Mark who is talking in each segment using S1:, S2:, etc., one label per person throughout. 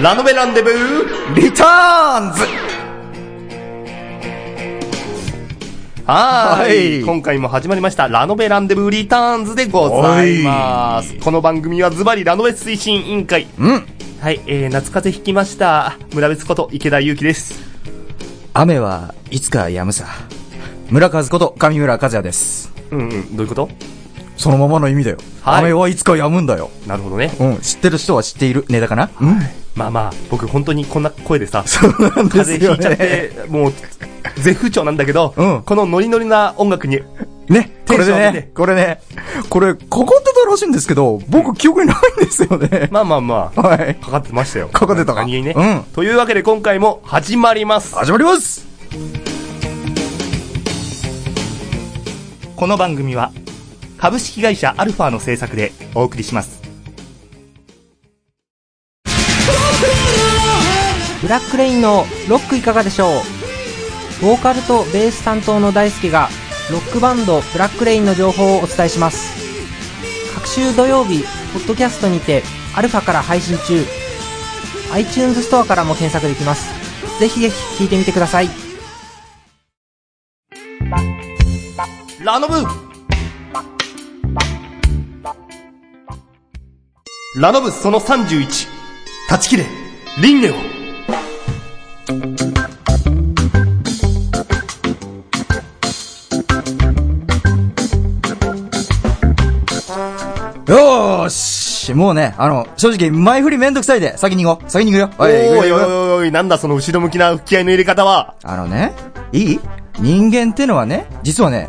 S1: ラノベランデブーリターンズはーい
S2: はい
S1: 今回も始まりました、ラノベランデブーリターンズでございます。この番組はズバリラノベ推進委員会。
S2: うん。
S1: はい、えー、夏風邪ひきました。村別こと池田祐希です。
S2: 雨はいつか止むさ。村和こと上村和也です。
S1: うんうん、どういうこと
S2: そのままの意味だよ。
S1: はい
S2: 雨はいつか止むんだよ。
S1: なるほどね。
S2: うん。知ってる人は知っているネタかなうん。
S1: まあまあ、僕本当にこんな声でさ、
S2: そうなんです
S1: 風邪
S2: よ、
S1: ひいちゃっ
S2: ね。
S1: て、もう、絶不調なんだけど、
S2: うん
S1: このノリノリな音楽に、
S2: ね。これ
S1: テ
S2: で
S1: ンション上げて
S2: ね。これね。これ、ここってたらしいんですけど、僕記憶にないんですよね。
S1: まあまあまあ、
S2: はい。
S1: かかってましたよ。
S2: かかってたか
S1: 何気にね。
S2: うん
S1: というわけで今回も始まります。
S2: 始まります
S1: この番組は、株式会社アルファの制作でお送りします。
S3: ブラックレインのロックいかがでしょうボーカルとベース担当の大輔がロックバンドブラックレインの情報をお伝えします各週土曜日ポッドキャストにてアルファから配信中 iTunes ストアからも検索できますぜひぜひ聞いてみてください
S1: ラノブラノブその31、断ち切れ、輪廻を。
S2: よーしもうね、あの、正直、前振りめんどくさいで、先に行こう。先に行くよ。
S1: お
S2: はい、行
S1: いお
S2: く
S1: いおい
S2: よ行くよ。
S1: おい、なんだその後ろ向きな気合いの入れ方は。
S2: あのね、いい人間ってのはね、実はね、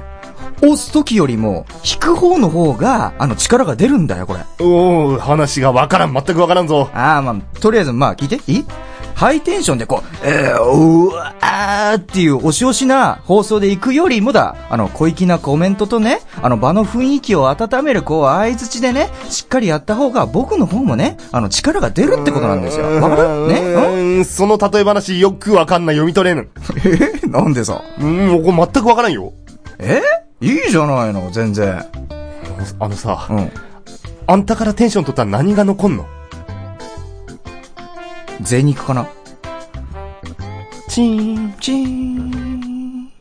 S2: 押す時よりも、引く方の方が、あの、力が出るんだよ、これ。
S1: おお話がわからん、全くわからんぞ。
S2: ああ、まあ、とりあえず、まあ、聞いて、いいハイテンションでこう、えー、うわーっていう押し押しな放送で行くよりもだ、あの、小粋なコメントとね、あの、場の雰囲気を温める、こう、相槌でね、しっかりやった方が、僕の方もね、あの、力が出るってことなんですよ。わかるねうん
S1: ねその例え話よくわかんない、読み取れぬ。
S2: えなんでさ。
S1: うん、これ全くわからんよ。
S2: えいいじゃないの、全然。
S1: あのさ、
S2: うん。
S1: あんたからテンション取ったら何が残んの
S2: 贅肉かな。
S1: チーン。
S2: チーン。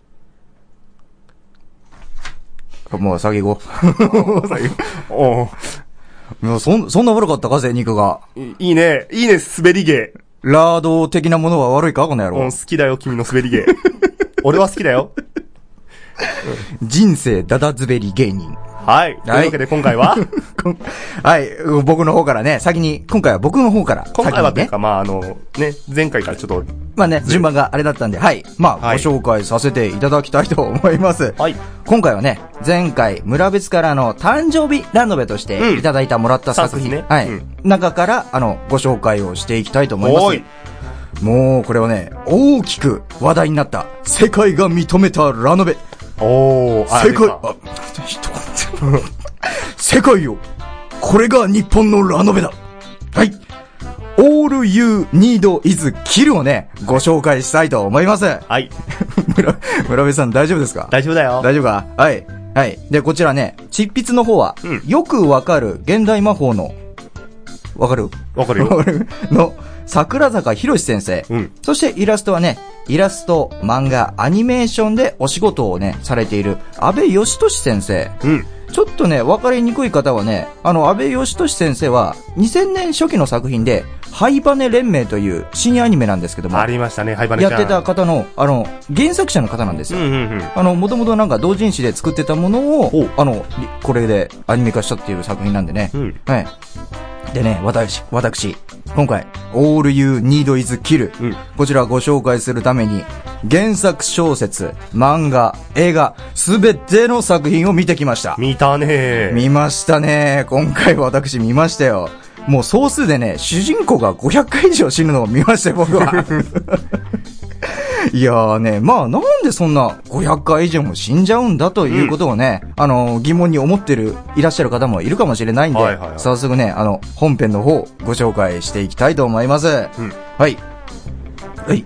S2: もう先行こ
S1: おう
S2: う。 もうそん、そんな悪かったか、贅肉が。
S1: いいいね、いいね、滑り芸。
S2: ラード的なものは悪いか、この野
S1: うん、
S2: 郎。
S1: 好きだよ、君の滑り芸。 俺は好きだよ。
S2: 人生ダダズベリ芸人。
S1: はい。というわけで今回 は、
S2: こんはい、僕の方からね、先に、今回は僕の方から。
S1: 今回はという
S2: 先
S1: か、
S2: にね。
S1: まあ、あの、ね、前回からちょっと、
S2: まあね、順番があれだったんで、はい。まあ、
S1: はい
S2: ご紹介させていただきたいと思います。
S1: はい。
S2: 今回はね、前回、村別からの誕生日ラノベとし
S1: うん
S2: ていただいたもらった作品、
S1: そうですね
S2: はい、
S1: うん
S2: 中から、あの、ご紹介をしていきたいと思い
S1: お
S2: ま
S1: い
S2: す。もう、これはね、大きく話題になった、世界が認めたラノベ。
S1: おー、あ
S2: 世界、
S1: あれか
S2: あ、一言。世界よ。これが日本のラノベだ。はい。All You Need Is Kill をね、ご紹介したいと思います。
S1: はい。
S2: 村、村部さん大丈夫ですか
S1: 大丈夫だよ。
S2: 大丈夫かはい。はい。で、こちらね、執筆の方は、
S1: うん
S2: よくわかる現代魔法の、わかる
S1: わかる よ。
S2: わかる の、桜坂博先生。
S1: うん
S2: そしてイラストはね、イラスト、漫画、アニメーションでお仕事をね、されている、安倍義俊先生。
S1: うん。
S2: ちょっとね、わかりにくい方はね、あの、安倍義俊先生は、2000年初期の作品で、ハイバネ連盟という新アニメなんですけども、
S1: ありましたね、ハイバネちゃ
S2: や
S1: ん。
S2: ってた方の、あの、原作者の方なんです
S1: う
S2: よ。
S1: んうんうん。
S2: あの、もともとなんか同人誌で作ってたもの
S1: ほう
S2: を、あの、りこれでアニメ化したっていう作品なんでね。
S1: うん
S2: はい。でね、私、私、今回、All You Need Is Kill、
S1: うん
S2: こちらご紹介するために、原作小説、漫画、映画、すべての作品を見てきました。
S1: 見たねー。
S2: 見ましたね。今回私見ましたよ。もう総数でね、主人公が500回以上死ぬのを見ましたよ、僕は。 いやーね、まあなんでそんな500回以上も死んじゃうんだということをね、あの、疑問に思ってる、いらっしゃる方もいるかもしれないんで、
S1: はいはいはい
S2: 早速ね、あの、本編の方、ご紹介していきたいと思います。
S1: ん
S2: はい。はい。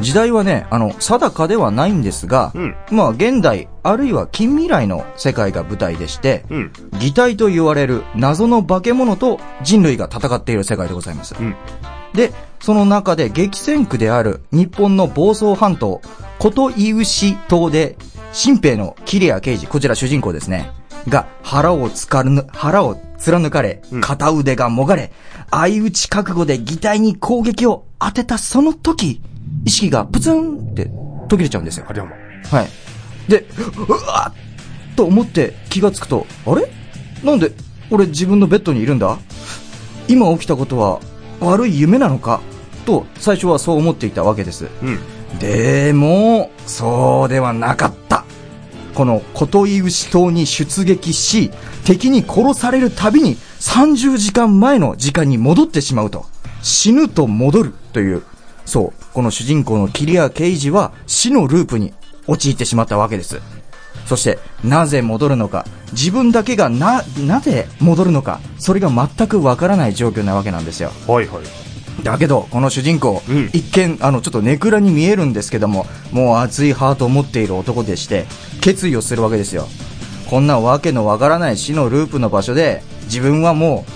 S2: 時代はね、あの、定かではないんですが、
S1: うん
S2: まあ現代、あるいは近未来の世界が舞台でして、
S1: うん。
S2: 擬態と言われる謎の化け物と人類が戦っている世界でございます。
S1: ん
S2: で、その中で激戦区である日本の房総半島、琴井牛島で、新兵の桐谷刑事、こちら主人公ですね、が腹をつかるぬ、腹を貫かれ
S1: うん、
S2: 片腕がもがれ、相打ち覚悟で擬態に攻撃を当てたその時、意識がプツンって途切れちゃうんですよ
S1: あ、。でも。
S2: はい。で、うわっと思って気がつくと、あれなんで俺自分のベッドにいるんだ今起きたことは悪い夢なのかと最初はそう思っていたわけです。
S1: うん。
S2: でも、そうではなかった。この琴井牛島に出撃し、敵に殺されるたびに30時間前の時間に戻ってしまうと。死ぬと戻るという。そう。この主人公の桐谷刑事は死のループに陥ってしまったわけです。そして、なぜ戻るのか、自分だけがな、なぜ戻るのか、それが全くわからない状況なわけなんですよ。
S1: はいはい。
S2: だけど、この主人公、
S1: うん
S2: 一見、あの、ちょっとネクラに見えるんですけども、もう熱いハートを持っている男でして、決意をするわけですよ。こんなわけのわからない死のループの場所で、自分はもう、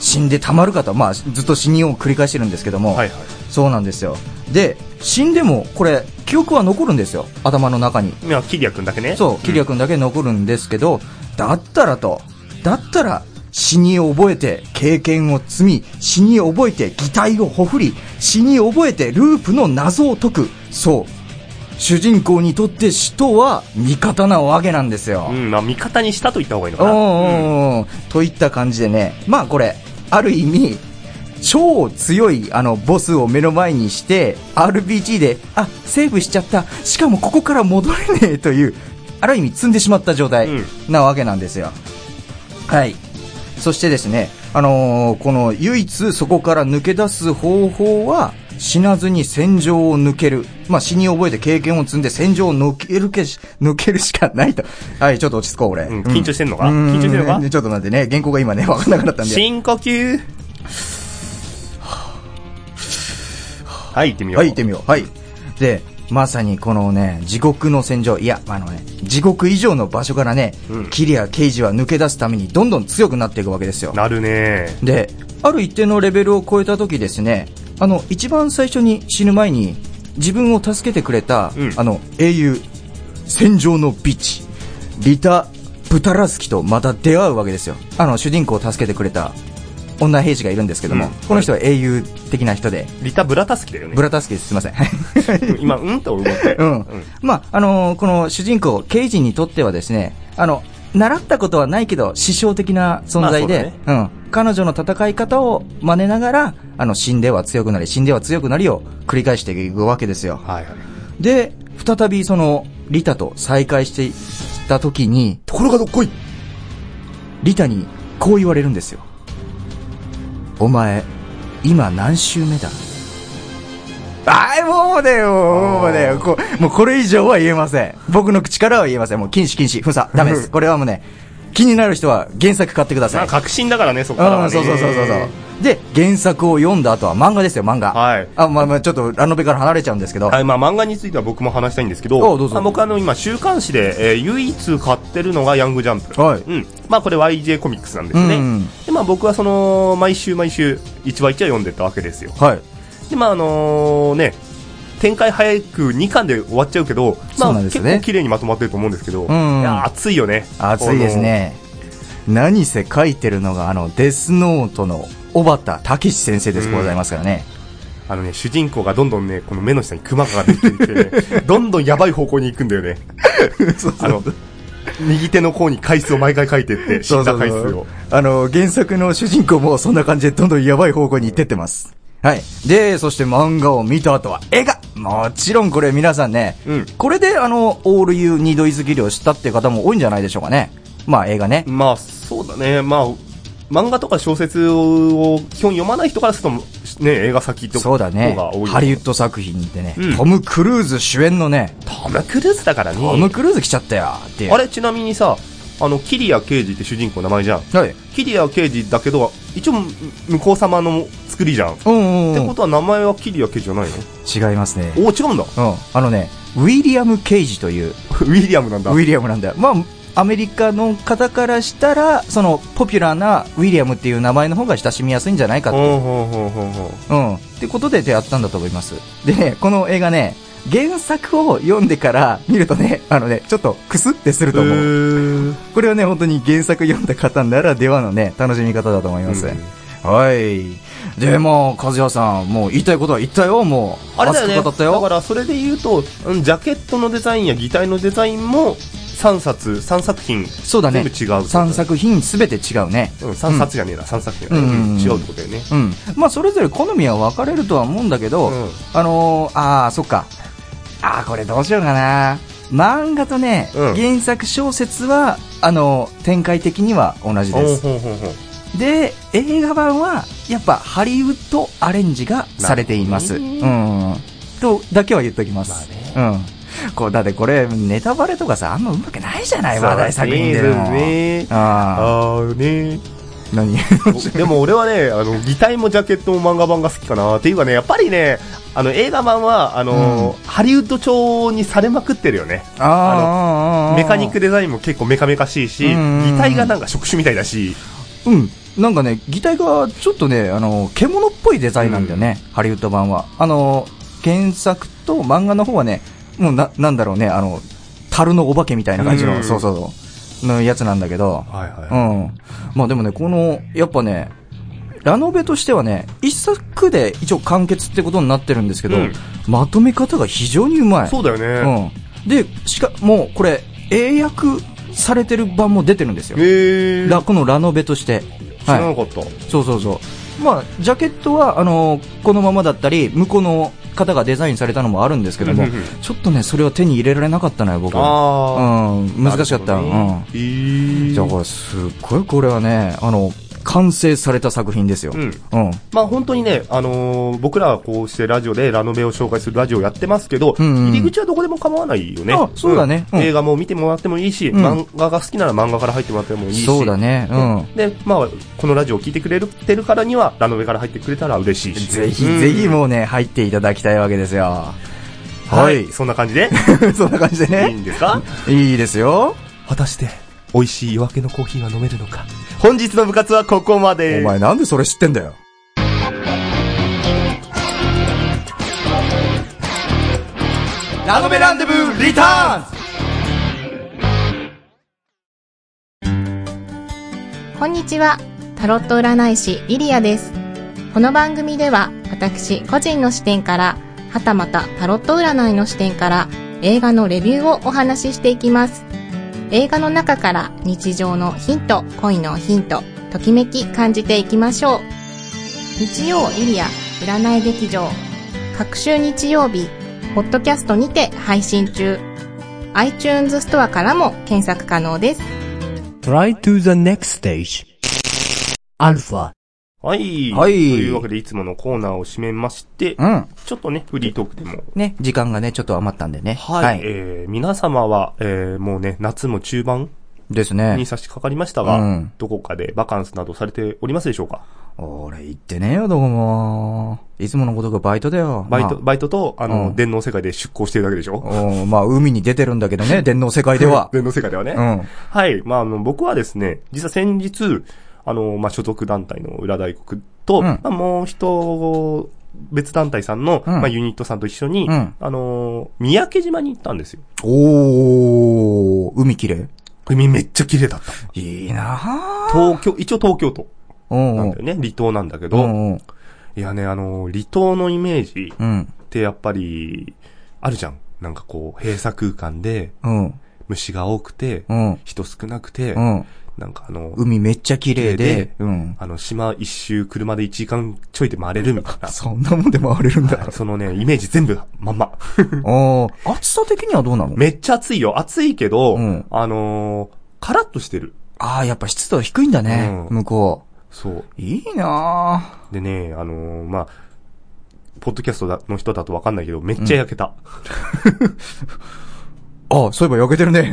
S2: 死んでたまるかと、まあ、ずっと死にを繰り返してるんですけども、
S1: はいはい。
S2: そうなんですよ。で、死んでも、これ、記憶は残るんですよ。頭の中に。
S1: いや、キリア君だけね。
S2: そう、キリア君だけ残るんですけど、だったらと、だったら、死に覚えて経験を積み、死に覚えて擬態をほふり、死に覚えてループの謎を解く。そう。主人公にとって死とは味方なわけなんですよ
S1: う。ん、まあ、味方にしたと言った方がいいの
S2: う
S1: かな。
S2: んうんうん。といった感じでね、まあこれ、ある意味、超強いあのボスを目の前にして、RPG で、あ、セーブしちゃった、しかもここから戻れねえという、ある意味積んでしまった状態
S1: うん
S2: なわけなんですよ。はい。そしてですね、あのーこの唯一そこから抜け出す方法は、死なずに戦場を抜ける。まあ、死に覚えて経験を積んで戦場を抜けるけし、抜けるしかないと。はい、ちょっと落ち着こう、俺。
S1: うん緊張してんのか
S2: う
S1: 緊張してんのか
S2: ちょっと待ってね、原稿が今ね、わかんなくなったんで。
S1: 深呼吸。はい、行ってみよう。
S2: はい、行ってみよう。はい。で、まさにこのね、地獄の戦場、いや、あのね、地獄以上の場所からね、
S1: うん
S2: キリア刑事は抜け出すためにどんどん強くなっていくわけですよ。
S1: なるね
S2: で、ある一定のレベルを超えた時ですね、あの、一番最初に死ぬ前に、自分を助けてくれた、
S1: うん
S2: あの、英雄、戦場のビッチ、リタ・プタラスキとまた出会うわけですよ。あの、主人公を助けてくれた、女兵士がいるんですけども、
S1: うん
S2: この人は英雄的な人で、
S1: リタ・ブラタスキだよね。
S2: ブラタスキです、すいません。
S1: うん 今、うんって思って。
S2: うん。まあ、あのーこの主人公、刑事にとってはですね、あの、習ったことはないけど、師匠的な存在で、うん。彼女の戦い方を真似ながら、あの、死んでは強くなり、死んでは強くなりを繰り返していくわけですよ。
S1: はいはい。
S2: で、再びその、リタと再会していった時に、
S1: ところがどっこい
S2: リタにこう言われるんですよ。お前、今何週目だあい、もうだよ、もうだよ。こうもうこれ以上は言えません。僕の口からは言えません。もう禁止禁止。封鎖。ダメです。これはもうね、気になる人は原作買ってくださ。
S1: ないんか確信だからね、そこからは
S2: う
S1: ね。
S2: ん、そうそうそうそうそう。で、原作を読んだ後は漫画ですよ、漫画。
S1: はい
S2: あ、まあまあ、ちょっとラノベから離れちゃうんですけど。
S1: はい、まあ漫画については僕も話したいんですけど、
S2: あどうぞ
S1: あ僕あの今週刊誌で、えー唯一買ってるのがヤングジャンプ。
S2: はい
S1: うん。まあこれ YJ コミックスなんですね。
S2: うん
S1: で、まあ僕はその、毎週毎週、一話一話読んでったわけですよ。
S2: はい。
S1: で、まああのね、展開早く2巻で終わっちゃうけど、ま
S2: そう
S1: あ、
S2: なんです
S1: 結
S2: ね
S1: 構綺麗にまとまってると思うんですけど、
S2: ん
S1: いや、熱いよね。
S2: 熱いですね。何せ書いてるのが、あの、デスノートの小畑武史先生で
S1: う
S2: す
S1: ん
S2: ございますからね。
S1: あの。あのね、主人公がどんどんね、この目の下にクマが出てきて ね、どんどんやばい方向に行くんだよね。あの、右手の甲に回数を毎回書いてって、死んだ回数を。
S2: あの、原作の主人公もそんな感じでどんどんやばい方向に行ってってます。はい。で、そして漫画を見た後は映画もちろんこれ皆さんね、
S1: うん
S2: これであの、オールユー二度いずきりを知ったっていう方も多いんじゃないでしょうかね。まあ映画ね。
S1: まあ、そうだね。まあ、漫画とか小説を基本読まない人からすると、ね、映画先とか
S2: そ
S1: の
S2: うだね
S1: が多い。。
S2: ハリウッド作品でね、
S1: うん
S2: トム・クルーズ主演のね、
S1: トム・クルーズだから
S2: トム・
S1: ね。
S2: クルーズ来ちゃったよっていう。
S1: あれ、ちなみにさ、あの、キリア刑事って主人公の名前じゃん。
S2: はい。
S1: キリア刑事だけど、一応、向こう様の作りじゃん。っ
S2: うんうん
S1: て
S2: うん
S1: ことは名前はキリア刑事じゃないの
S2: 違いますね。
S1: お違うんだ。
S2: うん。あのね、ウィリアム・ケイジという、
S1: ウィリアムなんだ。
S2: ウィリアムなんだよ。まあ、アメリカの方からしたら、そのポピュラーなウィリアムっていう名前の方が親しみやすいんじゃないかと。
S1: ほうほうほうほうほ
S2: うん。ってことで出会ったんだと思います。でね、この映画ね、原作を読んでから見るとね、あのね、ちょっとクスってする
S1: う。
S2: と思う。
S1: う
S2: これはね、本当に原作読んだ方ならではのね、楽しみ方だと思います。
S1: うん
S2: はい。で、まあ、和也さん、もう言いたいことは言ったよ、もう。
S1: あれだよね。
S2: 熱く語ったよ。
S1: だからそれで言うと、うんジャケットのデザインや擬態のデザインも3冊、三作品。
S2: そうだね。
S1: 全部違う
S2: 3作品すべて違うね。
S1: うん、3冊じゃねえな、3作品だね。
S2: うん
S1: うん違うってことだよね。
S2: うん。まあ、それぞれ好みは分かれるとは思うんだけど、
S1: うん
S2: あのー、ああ、そっか。ああ、これどうしようかな。漫画とね、
S1: うん
S2: 原作小説は、あのー展開的には同じです。
S1: ほうほうほうほう
S2: で、映画版は、やっぱハリウッドアレンジがされています。う
S1: なるほ
S2: ん。と、だけは言っときます。うん。こう、だってこれ、ネタバレとかさ、あんまうまくないじゃない、話題作品で
S1: そう
S2: も。
S1: だね
S2: ああ、
S1: あーね
S2: 何
S1: でも俺はね、あの、擬態もジャケットも漫画版が好きかな。っていうかね、やっぱりね、あの、映画版は、あの、ハリウッド調にされまくってるよね。
S2: ああ、
S1: メカニックデザインも結構メカメカしいし、擬
S2: うん
S1: 態がなんか触手みたいだし、
S2: うん。なんかね、擬態がちょっとね、あの、獣っぽいデザインなんだよね、ハリウッド版は。あの、原作と漫画の方はね、もうな、なんだろうね、あの、樽のお化けみたいな感じの、
S1: うん
S2: そうそうそう、のやつなんだけど、
S1: はいはい
S2: うん。まあでもね、この、やっぱね、ラノベとしてはね、一作で一応完結ってことになってるんですけど、
S1: うん
S2: まとめ方が非常にうまい。
S1: そうだよね。
S2: うん。で、しかも、これ、英訳されてる版も出てるんですよ。
S1: へー
S2: ラこのラノベとして。
S1: 知ら
S2: は
S1: なかった。
S2: い。そうそうそう。まあ、ジャケットは、あのーこのままだったり、向こうの方がデザインされたのもあるんですけども
S1: うんうんうん、
S2: ちょっとね、それは手に入れられなかったのよ、僕は。
S1: あ
S2: うん、
S1: ー
S2: 難しかった。
S1: なるほどねへ
S2: うん。
S1: ー
S2: じゃあ、これ、すっごいこれはね、あの、完成された作品ですよ。
S1: うん
S2: うん。
S1: まあ本当にね、あのー僕らはこうしてラジオでラノベを紹介するラジオやってますけど、
S2: うんうん
S1: 入り口はどこでも構わないよね。
S2: あそうだね
S1: うん
S2: うん
S1: 映画も見てもらってもいいし、
S2: ん
S1: 漫画が好きなら漫画から入ってもらってもいいし。
S2: そうだね。うん。
S1: で、まあ、このラジオを聞いてくれてるからには、ラノベから入ってくれたら嬉しいし。
S2: ぜひ
S1: うん
S2: ぜひもうね、入っていただきたいわけですよ。は
S1: はいい。。そんな感じ で、
S2: そんな感じで
S1: いい
S2: ね。
S1: んですか
S2: いいですよ。
S1: 果たして、美味しい夜明けのコーヒーが飲めるのか。本日の部活はここまで。
S2: お前なんでそれ知ってんだよ。ラノベランデブーリターン
S4: こんにちは。タロット占い師リリアです。この番組では私個人の視点から、はたまたタロット占いの視点から映画のレビューをお話ししていきます。映画の中から日常のヒント、恋のヒント、ときめき感じていきましょう。日曜リリア占い劇場、各週日曜日、ポッドキャストにて配信中。iTunes ストアからも検索可能です。
S5: Try to the next stage. Alpha.
S1: はい。
S2: はい
S1: というわけで、いつものコーナーを締めまして、
S2: うん。
S1: ちょっとね、フリートークでも
S2: ね、時間がね、ちょっと余ったんでね。
S1: はい、えー、皆様は、えー、もうね、夏も中盤
S2: です
S1: に
S2: ね。
S1: 差し掛かりましたが、
S2: うん
S1: どこかでバカンスなどされておりますでしょうか
S2: 俺言ってねえよ、どこも。いつものことがバイトだよ。
S1: バイト、
S2: まあ
S1: バイトと、あの、
S2: うん
S1: 電脳世界で出向してるだけでしょ。
S2: おーまあ、海に出てるんだけど ね、電脳世界では
S1: 電脳世界ではね。
S2: うん。
S1: はい。まあ、あの、僕はですね、実は先日、あの、まあ、所属団体の裏大黒と、
S2: うん
S1: まあ、もう一、別団体さんの、
S2: うん
S1: まあ、ユニットさんと一緒に、
S2: うん
S1: あの、三宅島に行ったんですよ。
S2: おー、海綺麗
S1: 海めっちゃ綺麗だった。
S2: いいなぁ。
S1: 東京、一応東京都
S2: うん
S1: な
S2: うんん
S1: だよね。離島なんだけ
S2: う
S1: ど、
S2: んうん。
S1: いやね、あの、離島のイメージ
S2: う
S1: っ
S2: ん。
S1: てやっぱり、あるじゃん。なんかこう、閉鎖空間で、
S2: うん。
S1: 虫が多くて、
S2: うん。
S1: 人少なくて、
S2: うん。
S1: なんかあの、
S2: 海めっちゃ綺
S1: 綺麗
S2: 麗で
S1: で、
S2: うん。
S1: あの、島一周、車で1時間ちょいで回れるみたいな。
S2: そんなもんで回れるんだ。
S1: そのね、イメージ全部まんま。
S2: ああ、暑さ的にはどうなの
S1: めっちゃ暑いよ。暑いけど、
S2: うん
S1: あのーカラッとしてる。
S2: ああ、やっぱ湿度低いんだね、
S1: うん
S2: 向こ
S1: そう。
S2: う。いいな
S1: でね、あのーまあ、ポッドキャストだの人だとわかんないけど、めっちゃ焼けた。
S2: あ。ああ、そういえば焼けてるね。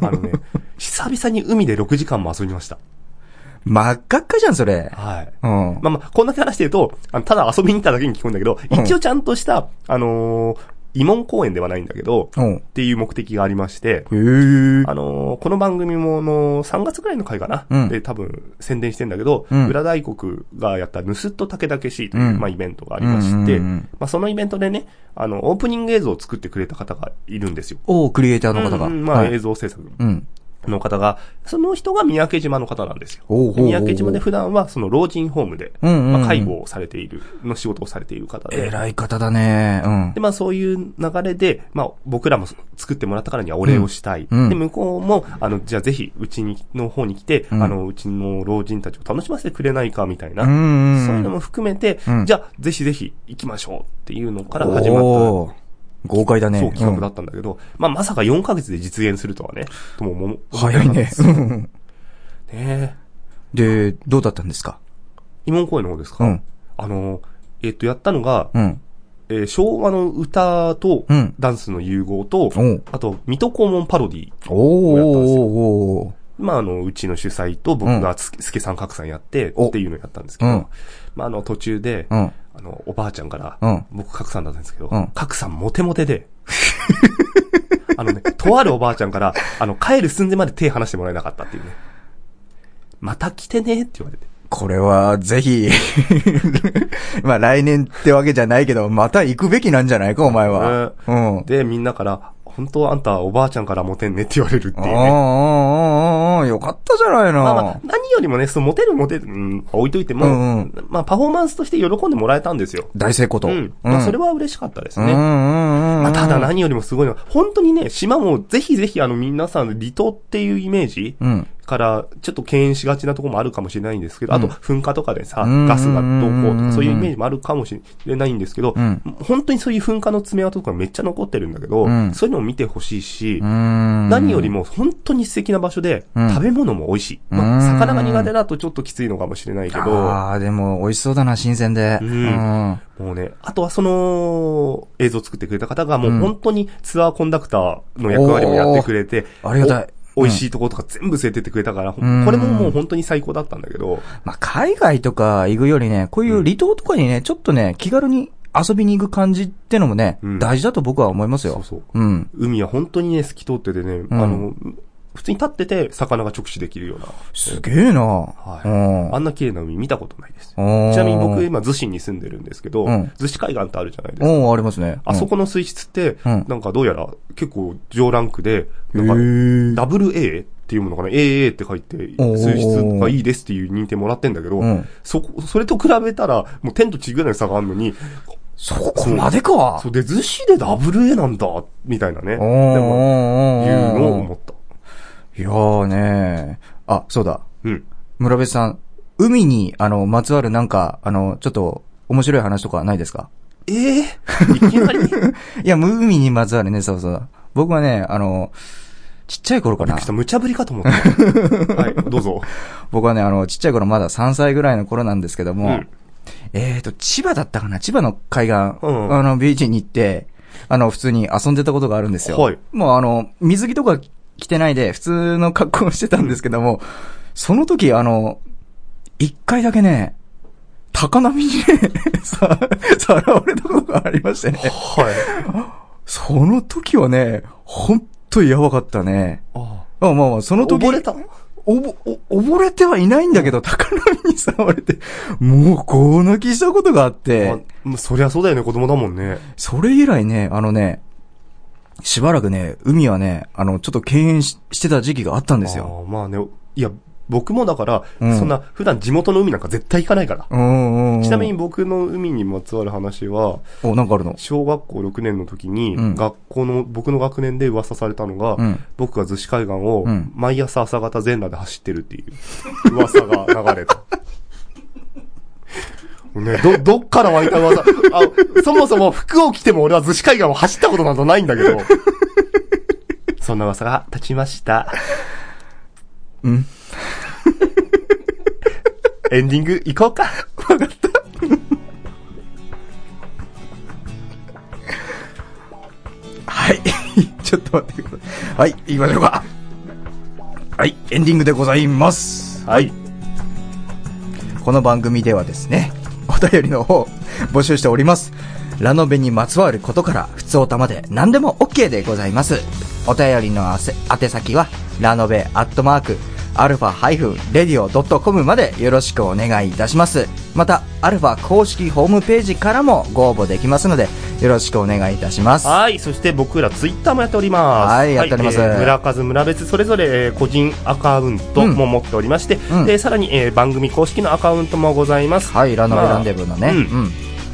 S1: あのね、久々に海で6時間も遊びました。
S2: 真っ赤っかじゃん、それ。
S1: はい。
S2: うん。
S1: まあまあ、こんだけ話してると、あのただ遊びに行っただけに聞こえるんだけど、一応ちゃんとした、あのー慰問公演ではないんだけど、
S2: うん。へ
S1: っていう目的がありまして、あ
S2: え。
S1: のーこの番組も、あのー3月ぐらいの回かな、
S2: うん
S1: で、多分、宣伝してんだけど、
S2: うん
S1: 裏大国がやった、ぬすっと竹けしという、
S2: うん
S1: まあ、イベントがありまして、
S2: うんうんうん
S1: まあ、そのイベントでね、あの、オープニング映像を作ってくれた方がいるんですよ。
S2: おークリエイターの方が。
S1: うんうんまあ、
S2: はい
S1: 映像制作
S2: うん。
S1: の方が、その人が三宅島の方なんですよ。
S2: おうおうおうおう
S1: 三宅島で普段は、その老人ホームで、
S2: うんうんうん
S1: まあ、介護をされている、の仕事をされている方で。
S2: 偉い方だね。うん
S1: で、。まあそういう流れで、まあ僕らも作ってもらったからにはお礼をしたい。
S2: うんうん
S1: で、向こうも、あの、じゃあぜひ、うちに、の方に来て、
S2: うん
S1: あの、うちの老人たちを楽しませてくれないか、みたいな。
S2: うんうんうん
S1: そういうのも含めて、
S2: うん
S1: じゃあぜひぜひ行きましょうっていうのから始まった。
S2: おー豪快だね。
S1: そう企画だ
S2: っ
S1: ったんだけど、まあまさか4ヶ月で実現するとはね、とも思う。
S2: 早いね。うん
S1: ね
S2: で、どうだったんですか
S1: え。慰問公演の方ですか、
S2: うん
S1: あの、えっと、やったのが、
S2: うん。
S1: えー昭和の歌と
S2: うん
S1: ダンスの融合と、
S2: おう
S1: あと、水戸黄門パロディ
S2: おーお
S1: やったんですよ
S2: ーおー
S1: まあ、あの、うちの主催と僕がす、すけさん、かくさんやって、
S2: お
S1: っていうのをやったんですけど、
S2: うん
S1: まあ、あの、途中で、
S2: うん
S1: あの、おばあちゃんから、
S2: うん
S1: 僕、かくさんだったんですけど、
S2: うん
S1: かくさんモテモテで、 あのね、とあるおばあちゃんから、あの、帰る寸前まで手離してもらえなかったっていうね。また来てねって言われて。
S2: これは、ぜひ、 まあ来年ってわけじゃないけど、また行くべきなんじゃないか、お前は。
S1: う
S2: うん。
S1: で、みんなから、本当あんたおばあちゃんからモテんねって言われるって
S2: あ
S1: い
S2: あ、
S1: うね。
S2: ああ、ああ、よかったじゃないの。
S1: まあまあ、何よりもね、そのモテるモテる、うん、置いといても、
S2: うんう
S1: まあ、パフォーマンスとして喜んでもらえたんですよ。
S2: 大成功と。
S1: うん。まあ、それは嬉しかったですね。
S2: うんうんうんうん。
S1: まあ、ただ何よりもすごいのは、本当にね、島もぜひぜひあの皆さん離島っていうイメージ
S2: うん。
S1: からちょっと敬遠しがちなところもあるかもしれないんですけど、あと噴火とかでさ、
S2: うん
S1: ガスがどうこうと
S2: うん
S1: かそういうイメージもあるかもしれないんですけど、
S2: うん
S1: 本当にそういう噴火の爪痕とかめっちゃ残ってるんだけど、
S2: うん
S1: そういうのを見てほしいし、
S2: うん。
S1: 何よりも本当に素敵な場所で、
S2: うん
S1: 食べ物も美味しい。
S2: う
S1: まあ、
S2: ん
S1: 魚が苦手だとちょっときついのかもしれないけど、
S2: ああ、でも、美味しそうだな、新鮮で。
S1: うん
S2: うん
S1: もうね、あとはその映像を作ってくれた方がもう本当にツアーコンダクターの役割もやってくれて、
S2: おーありがたい
S1: お
S2: うん
S1: 美味しいところとか全部連れてってくれたから、ほ
S2: うん
S1: これももう本当に最高だったんだけど、
S2: まあ、海外とか行くよりね、こういう離島とかにね、ちょっとね、気軽に遊びに行く感じってのもね、
S1: うん
S2: 大事だと僕は思いますよ。
S1: そうそう
S2: うん。
S1: 海は本当にね、透き通っててね、
S2: ん
S1: あの、普通に立ってて魚が直視できるような、
S2: すげえな
S1: はい
S2: うん
S1: あんな綺麗な海見たことないです。ち
S2: おー
S1: なみに僕今逗子に住んでるんですけど、
S2: うん
S1: 逗子海岸ってあるじゃないですか。
S2: うん、ありますね。
S1: あそ
S2: こ、
S1: この水質って、
S2: うん
S1: なんかどうやら結構上ランクで、な
S2: へ
S1: ん
S2: ー
S1: か、WA っていうものかな ?AA って書いて、
S2: おー
S1: 水質がいいですっていう認定もらってんだけど、
S2: うん
S1: そこ、それと比べたら、もう天と地ぐらいの差があるのに、
S2: そこまでか
S1: そうで、逗子で WA なんだ、みたいなね。で
S2: おーおー
S1: も、
S2: お
S1: いう
S2: ー
S1: のを思った。
S2: いやーねあ、そうだ。
S1: うん。
S2: 村部さん、海に、あの、まつわるなんか、あの、ちょっと、面白い話とかないですか
S1: ええいきなりびっく
S2: いや、海にまつわるね、そうそう。僕はね、あの、ちっちゃい頃かな
S1: りし。た。無茶ぶりかと思 った。はい、どうぞ。
S2: 僕はね、あの、ちっちゃい頃まだ3歳ぐらいの頃なんですけども、
S1: うん
S2: えーと、千葉だったかな千葉の海岸、
S1: うん
S2: あの、ビーチに行って、あの、普通に遊んでたことがあるんですよ。
S1: はい
S2: もうあの、水着とか着てないで、普通の格好をしてたんですけども、その時、あの、一回だけね、高波にね、 さ、さらわれたことがありましてね。
S1: はい。
S2: その時はね、ほんとやばかったね。
S1: あ
S2: あまあまあ、その時。
S1: 溺れたの
S2: おぼ、お、溺れてはいないんだけど、高波に触れて、もう、こう泣きしたことがあっ
S1: あ
S2: て、
S1: まあそりゃそうだよね、子供だもんね。
S2: それ以来ね、あのね、しばらくね、海はね、あの、ちょっと敬遠ししてた時期があったんですよ。
S1: あーまあね、いや、僕もだから、
S2: うん
S1: そんな、普段地元の海なんか絶対行かないから。
S2: うんうんうん。
S1: ちなみに、僕の海にまつわる話は、
S2: お、なんかあるの
S1: 小学校6年の時に、
S2: うん
S1: 学校の、僕の学年で噂されたのが、
S2: うん
S1: 僕が逗子海岸を
S2: うん、
S1: 毎朝朝方全裸で走ってるっていう、 噂が流れた。 ね、ど、どっから湧いた噂あ、そもそも服を着ても俺は逗子海岸を走ったことなどないんだけ ど。そんな噂が立ちました。
S2: うん。
S1: エンディング行こうか。わかった。
S2: はい。 ちょっと待ってください。はい、行きましょうか。はい、エンディングでございます。
S1: はい。
S2: この番組ではですね、お便りの方、募集しております。ラノベにまつわることから、普通おたまで何でも OK でございます。お便りのあせ宛先は、ラノベアットマーク、アルファハイフンレディオドットコムまでよろしくお願いいたします。また、アルファ公式ホームページからもご応募できますので、よろしくお願いいたします。
S1: はい、そして僕らツイッターもやっております。
S2: はいやっております
S1: えー村数村別それぞれえー個人アカウントも持っておりまして、
S2: うん
S1: えーさらにえー番組公式のアカウントもございます。
S2: はい、ラノベランデブーのね。
S1: まあうん
S2: うん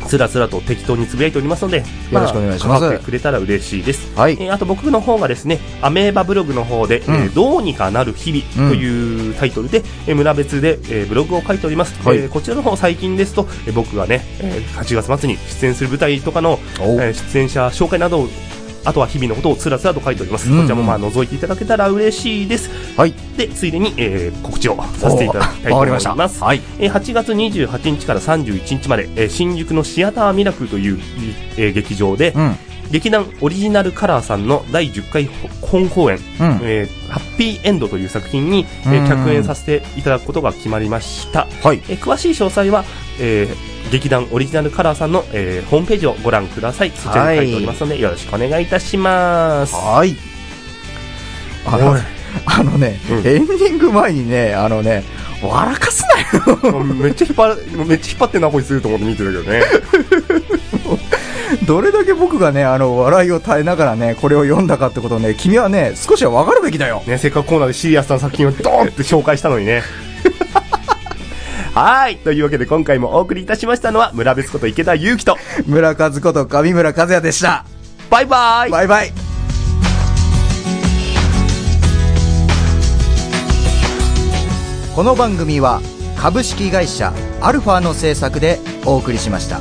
S1: つらつらと適当につぶやいておりますので、まあ
S2: よろしくお願いします
S1: 関わってくれたら嬉しいです。
S2: はい
S1: えーあと僕の方がですね、アメーバブログの方で、
S2: ん
S1: えーどうにかなる日々というタイトルで、えー村別で、えーブログを書いております。
S2: はい
S1: えーこちらの方最近ですと、えー僕がね、えー8月末に出演する舞台とかの、
S2: おう
S1: えー出演者紹介などをあとは日々のことをつらつらと書いております。
S2: うん
S1: こちらもまあ覗いていただけたら嬉しいです。
S2: はい。
S1: で、ついでに、えー告知をさせていただきたいと
S2: お
S1: 思いま
S2: わか
S1: す。
S2: りました。はい。
S1: えー8月28日から31日まで、えー新宿のシアターミラクルという、えー劇場で、
S2: うん。
S1: 劇団オリジナルカラーさんの第10回本公演、
S2: うん。
S1: えーハッピーエンドという作品に、えー
S2: うん
S1: 客演させていただくことが決まりました。
S2: はい。
S1: えー詳しい詳細は、えー劇団オリジナルカラーさんの、えーホームページをご覧ください。そちらに書いておりますので、よろしくお願いいたします。
S2: はい。あのあのね、
S1: うん
S2: エンディング前にね、あのね、笑かすなよ。
S1: めっちゃ引っ張る、めっちゃ引っ張ってんな、こいつと思って見てるけど ね。
S2: どれだけ僕がね、あの、笑いを耐えながらね、これを読んだかってことをね、君はね、少しはわかるべきだよ。
S1: ね、せっかくコーナーでシリアスな作品をドーンって紹介したのに ね。はい。というわけで今回もお送りいたしましたのは村別こと池田祐希と、
S2: 村和子と上村和也でした。
S1: バイバイ
S2: バイバイ。この番組は、株式会社アルファの制作でお送りしました。